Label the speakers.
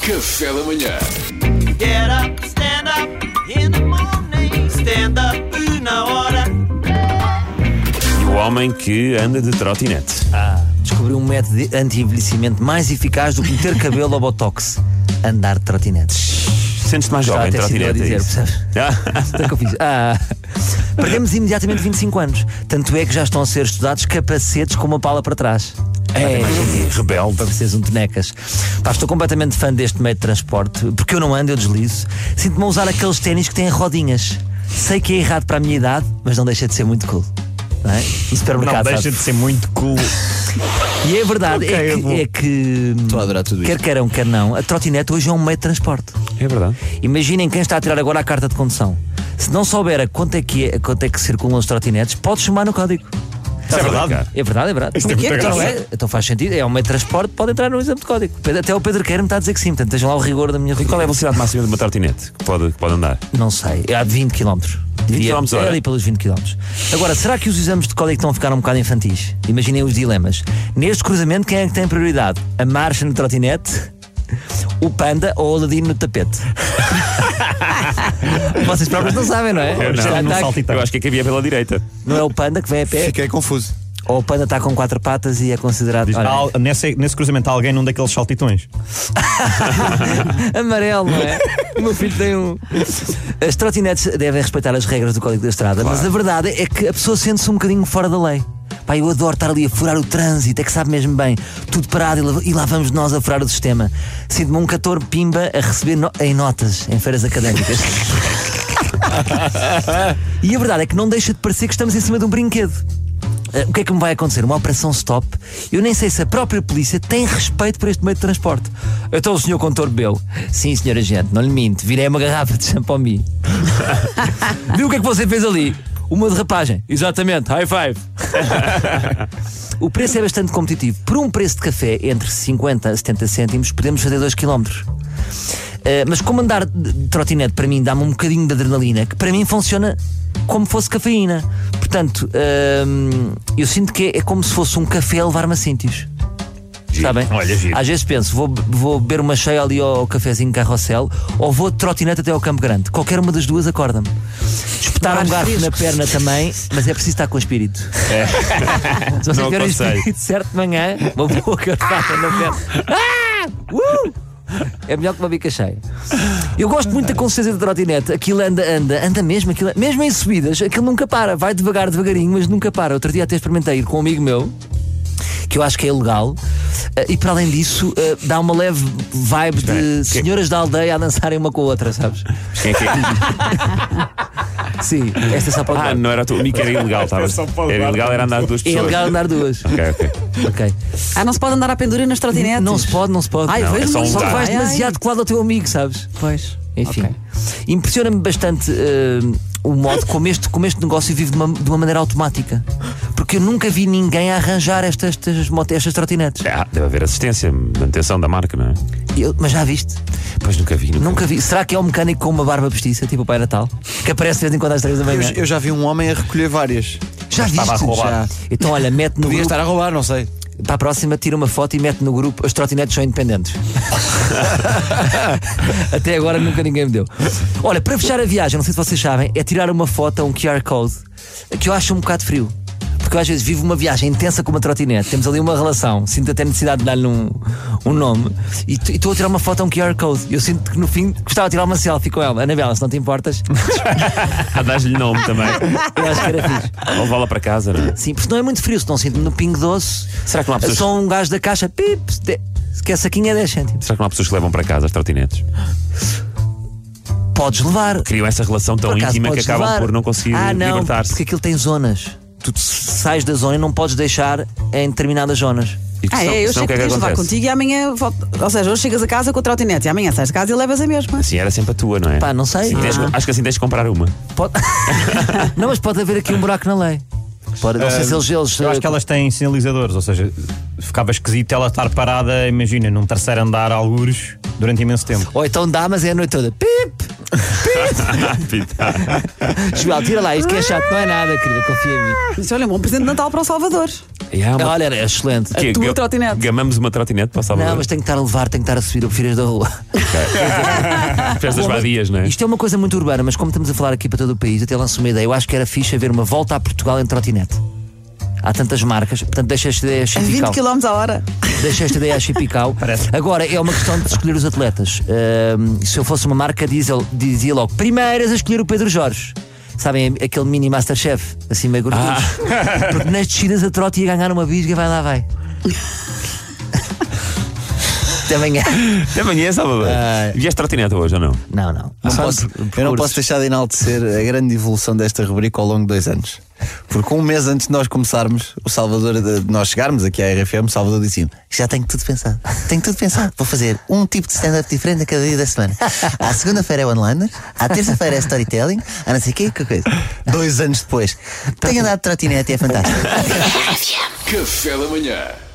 Speaker 1: Café da manhã.
Speaker 2: Get up, stand up in the morning. Stand up na hora.
Speaker 3: E o homem que anda de trotinete.
Speaker 4: descobriu um método de anti-envelhecimento mais eficaz do que meter cabelo ou botox. Andar de trotinetes.
Speaker 3: Sentes-te mais
Speaker 4: Já
Speaker 3: jovem,
Speaker 4: até sido eu a
Speaker 3: trotinete. é
Speaker 4: dizer,
Speaker 3: isso?
Speaker 4: percebes?
Speaker 3: Ah,
Speaker 4: Então, o que eu fiz? Ah. Perdemos imediatamente 25 anos. Tanto é que já estão a ser estudados capacetes com uma pala para trás. É,
Speaker 3: Rebelde.
Speaker 4: para vocês um tonecas. Pá, estou completamente fã deste meio de transporte, porque eu não ando, eu deslizo. Sinto-me a usar aqueles ténis que têm rodinhas. Sei que é errado para a minha idade, mas não deixa de ser muito cool. Não é? No supermercado. sabe?
Speaker 3: ser muito cool.
Speaker 4: E é verdade,
Speaker 3: Ok,
Speaker 4: é
Speaker 3: eu
Speaker 4: que.
Speaker 3: vou-
Speaker 4: É que
Speaker 5: Estou a adorar tudo isto.
Speaker 4: Quer queiram, quer não, a trotinete hoje é um meio de transporte.
Speaker 3: É verdade.
Speaker 4: Imaginem quem está a tirar agora a carta de condução. Se não souber a quanto é que, é, quanto é que circulam os trotinetes, pode chamar no código.
Speaker 3: Isso é verdade.
Speaker 4: É verdade, é verdade.
Speaker 3: Isto tem muita
Speaker 4: então, não
Speaker 3: graça.
Speaker 4: é? Então faz sentido, é um meio de transporte, pode entrar no exame de código. Pedro- Até o Pedro Queiro me está a dizer que sim, portanto vejam lá o rigor da minha
Speaker 3: E qual é a velocidade máxima de uma trotinete que pode, que pode andar?
Speaker 4: Não sei, é há de 20 km.
Speaker 3: 20 km hora.
Speaker 4: É ali pelos 20 km. Agora, será que os exames de código estão a ficar um bocado infantis? Imaginem os dilemas. Neste cruzamento, quem é que tem prioridade? A marcha no trotinete? O panda ou o ladino no tapete? Vocês próprios não sabem, não é? Está- está-
Speaker 3: Eu acho que é que havia pela direita.
Speaker 4: não é o panda que vem a pé?
Speaker 5: Fiquei confuso.
Speaker 4: Ou o panda está com quatro patas e é considerado olha,
Speaker 6: Há- nesse, nesse cruzamento há alguém num daqueles saltitões.
Speaker 4: amarelo, não é? O meu filho tem um. As trotinetes devem respeitar as regras do Código da Estrada, mas a verdade é que a pessoa sente-se um bocadinho fora da lei. Pá, eu adoro estar ali a furar o trânsito, é que sabe mesmo bem, tudo parado e lá, e lá vamos nós a furar o sistema. Sinto-me um cator pimba a receber no- em notas em feiras académicas. e a verdade é que não deixa de parecer que estamos em cima de um brinquedo. Ah, o que é que me vai acontecer? Uma operação stop? Eu nem sei se a própria polícia tem respeito por este meio de transporte. Então o senhor contor bebeu. Sim, senhor agente, não lhe minto. Virei uma garrafa de champomi. Viu o que é que você fez ali? Uma derrapagem. Exatamente, high five. o preço é bastante competitivo. Por um preço de café entre 50 a 70 cêntimos, podemos fazer 2 km. mas como andar de de trotinete para mim dá-me um bocadinho de adrenalina, que para mim funciona como fosse cafeína. Portanto, hum, eu sinto que é, é como se fosse um café a levar-me a sítios. Sabem?
Speaker 3: Olha, giro.
Speaker 4: Às vezes penso, vou, vou beber uma cheia ali ao, ao cafezinho carrossel ou vou de trotinete até ao Campo Grande. Qualquer uma das duas acorda-me. Espetar um garfo na perna também, mas é preciso estar com espírito. Se vocês
Speaker 3: É. Não
Speaker 4: tiverem o
Speaker 3: aconselho.
Speaker 4: espírito certo de manhã, uma boa garfada na perna. Ah! Uh! É melhor que uma bica cheia. Eu gosto muito da consciência da trotinete. Aquilo anda, anda, anda mesmo, aquilo, mesmo em subidas, aquilo nunca para. Vai devagar, devagarinho, mas nunca para. Outro dia até experimentei ir com um amigo meu, que eu acho que é ilegal. eh, E para além disso, eh, dá uma leve vibe
Speaker 3: é
Speaker 4: de senhoras da aldeia a dançarem uma com a outra, sabes?
Speaker 3: Quem é que é?
Speaker 4: Sim, esta é só para o
Speaker 3: Ah,
Speaker 4: lado.
Speaker 3: não era a tua única, era ilegal. Estava. Era ilegal, era andar duas
Speaker 4: É
Speaker 3: pessoas.
Speaker 4: ilegal andar duas.
Speaker 3: Ok, ok.
Speaker 4: Ok.
Speaker 7: Ah, não se pode andar à pendura nas trotinetes?
Speaker 4: Não se pode, não se pode.
Speaker 7: Ai,
Speaker 3: Não,
Speaker 7: vejo
Speaker 3: é só
Speaker 7: muito.
Speaker 3: um
Speaker 4: Só que
Speaker 3: Tá.
Speaker 4: vais
Speaker 7: Ai, ai.
Speaker 4: demasiado colado ao teu amigo, sabes?
Speaker 7: Pois.
Speaker 4: Enfim.
Speaker 7: Ok.
Speaker 4: Impressiona-me bastante eh, o modo como este, como este negócio vive de uma, de uma maneira automática. Porque eu nunca vi ninguém a arranjar estas, estas, moto- estas trotinetes.
Speaker 3: Ah, deve haver assistência, manutenção da marca, não é?
Speaker 4: Eu- mas já viste?
Speaker 3: Pois nunca vi. Nunca.
Speaker 4: Nunca vi. Será que é um mecânico com uma barba postiça, tipo o Pai Natal? Que aparece de vez em quando às três da
Speaker 5: Eu,
Speaker 4: manhã.
Speaker 5: eu já vi um homem a recolher várias.
Speaker 4: já viste?
Speaker 5: estava a roubar.
Speaker 4: Já. Então, olha, mete no
Speaker 5: Podia
Speaker 4: grupo.
Speaker 5: estar a roubar, não sei.
Speaker 4: Para a próxima, tira uma foto e mete no grupo. As trotinetes são independentes. Até agora nunca ninguém me deu. Olha, para fechar a viagem, não sei se vocês sabem, é tirar uma foto a um QR Code que eu acho um bocado frio. Porque eu às vezes vivo uma viagem intensa com uma trotinete, temos ali uma relação, sinto até necessidade de dar-lhe um, um nome e t- e estou a tirar uma foto a um QR Code. Eu sinto que no fim gostava de tirar uma selfie com ela. Anabela, se não te importas,
Speaker 3: Ah, dás-lhe nome também.
Speaker 4: eu acho que era fixe.
Speaker 3: Ou levá-la para casa, não é?
Speaker 4: Sim, porque senão é muito frio, se não sinto-me no pingo doce.
Speaker 3: Será que não há pessoas-
Speaker 4: Só um gajo da caixa, pip, de- se quer saquinho é 10 cêntimos.
Speaker 3: Será que não há pessoas que levam para casa as trotinetes?
Speaker 4: Podes levar.
Speaker 3: Criam essa relação tão
Speaker 4: Por acaso,
Speaker 3: íntima que
Speaker 4: podes
Speaker 3: acabam
Speaker 4: levar.
Speaker 3: por não conseguir
Speaker 4: ah, não,
Speaker 3: libertar-se.
Speaker 4: Porque aquilo tem zonas. Tu te sais da zona e não podes deixar em determinadas zonas.
Speaker 3: E que
Speaker 7: Ah,
Speaker 3: são-
Speaker 7: é, eu
Speaker 3: são
Speaker 7: sei
Speaker 3: o
Speaker 7: que podias levar
Speaker 3: acontece?
Speaker 7: contigo e amanhã volto. Ou seja, hoje chegas a casa com a trotinete e amanhã sais de casa e levas a mesma.
Speaker 3: Sim, era sempre a tua, não é?
Speaker 4: Pá, não sei.
Speaker 3: Sim, tens- acho que assim tens de comprar uma.
Speaker 4: Pode- não, mas pode haver aqui um buraco na lei. Pode, não sei
Speaker 3: Ah,
Speaker 4: se eles. eles
Speaker 6: Eu acho que elas têm sinalizadores, ou seja, ficava esquisito ela estar parada, imagina, num terceiro andar, algures, durante imenso tempo.
Speaker 4: Ou então dá, mas é a noite toda. Pip! Joel, tira lá isto que é chato, não é nada, querida, confia em mim.
Speaker 7: Ah. Isso, olha, um bom presente de Natal para o Salvador.
Speaker 6: Yeah, uma-
Speaker 4: Olha, era excelente.
Speaker 3: Que é,
Speaker 7: tua
Speaker 3: ga-
Speaker 7: trotinete.
Speaker 3: Gamamos uma trotinete, passava.
Speaker 4: Não, mas tenho que estar a levar, tenho que estar a subir a filhas da rua.
Speaker 7: tá
Speaker 3: Festas vadias, não é?
Speaker 4: Isto é uma coisa muito urbana, mas como estamos a falar aqui para todo o país, até lanço uma ideia. Eu acho que era fixe haver uma volta a Portugal em trotinete. Há tantas marcas, portanto deixa esta ideia
Speaker 7: A 20
Speaker 4: chipical.
Speaker 7: km a hora.
Speaker 4: Deixa esta ideia chipical.
Speaker 6: Parece.
Speaker 4: Agora é uma questão de escolher os atletas. Ahm, se eu fosse uma marca diesel, dizia logo: primeiras a escolher o Pedro Jorge. Sabem, aquele mini Masterchef, assim meio gordinho. Porque nas descidas a trote ia ganhar uma bisga, vai lá, vai. Também é.
Speaker 3: Até amanhã, Salvador.
Speaker 7: Ah.
Speaker 3: Vieste trotinete hoje ou não?
Speaker 4: Não, não.
Speaker 5: Não posso- eu não posso deixar de enaltecer a grande evolução desta rubrica ao longo de dois anos. Porque um mês antes de nós começarmos, o Salvador, de de nós chegarmos aqui à RFM, o Salvador disse já tenho tudo pensado. Tenho tudo pensado. Vou fazer um tipo de stand-up diferente a cada dia da semana. À segunda-feira é online, à terça-feira é storytelling, a não sei o quê, que coisa. Dois anos depois. Tenho andado de trotinete, é fantástico.
Speaker 1: Café da manhã.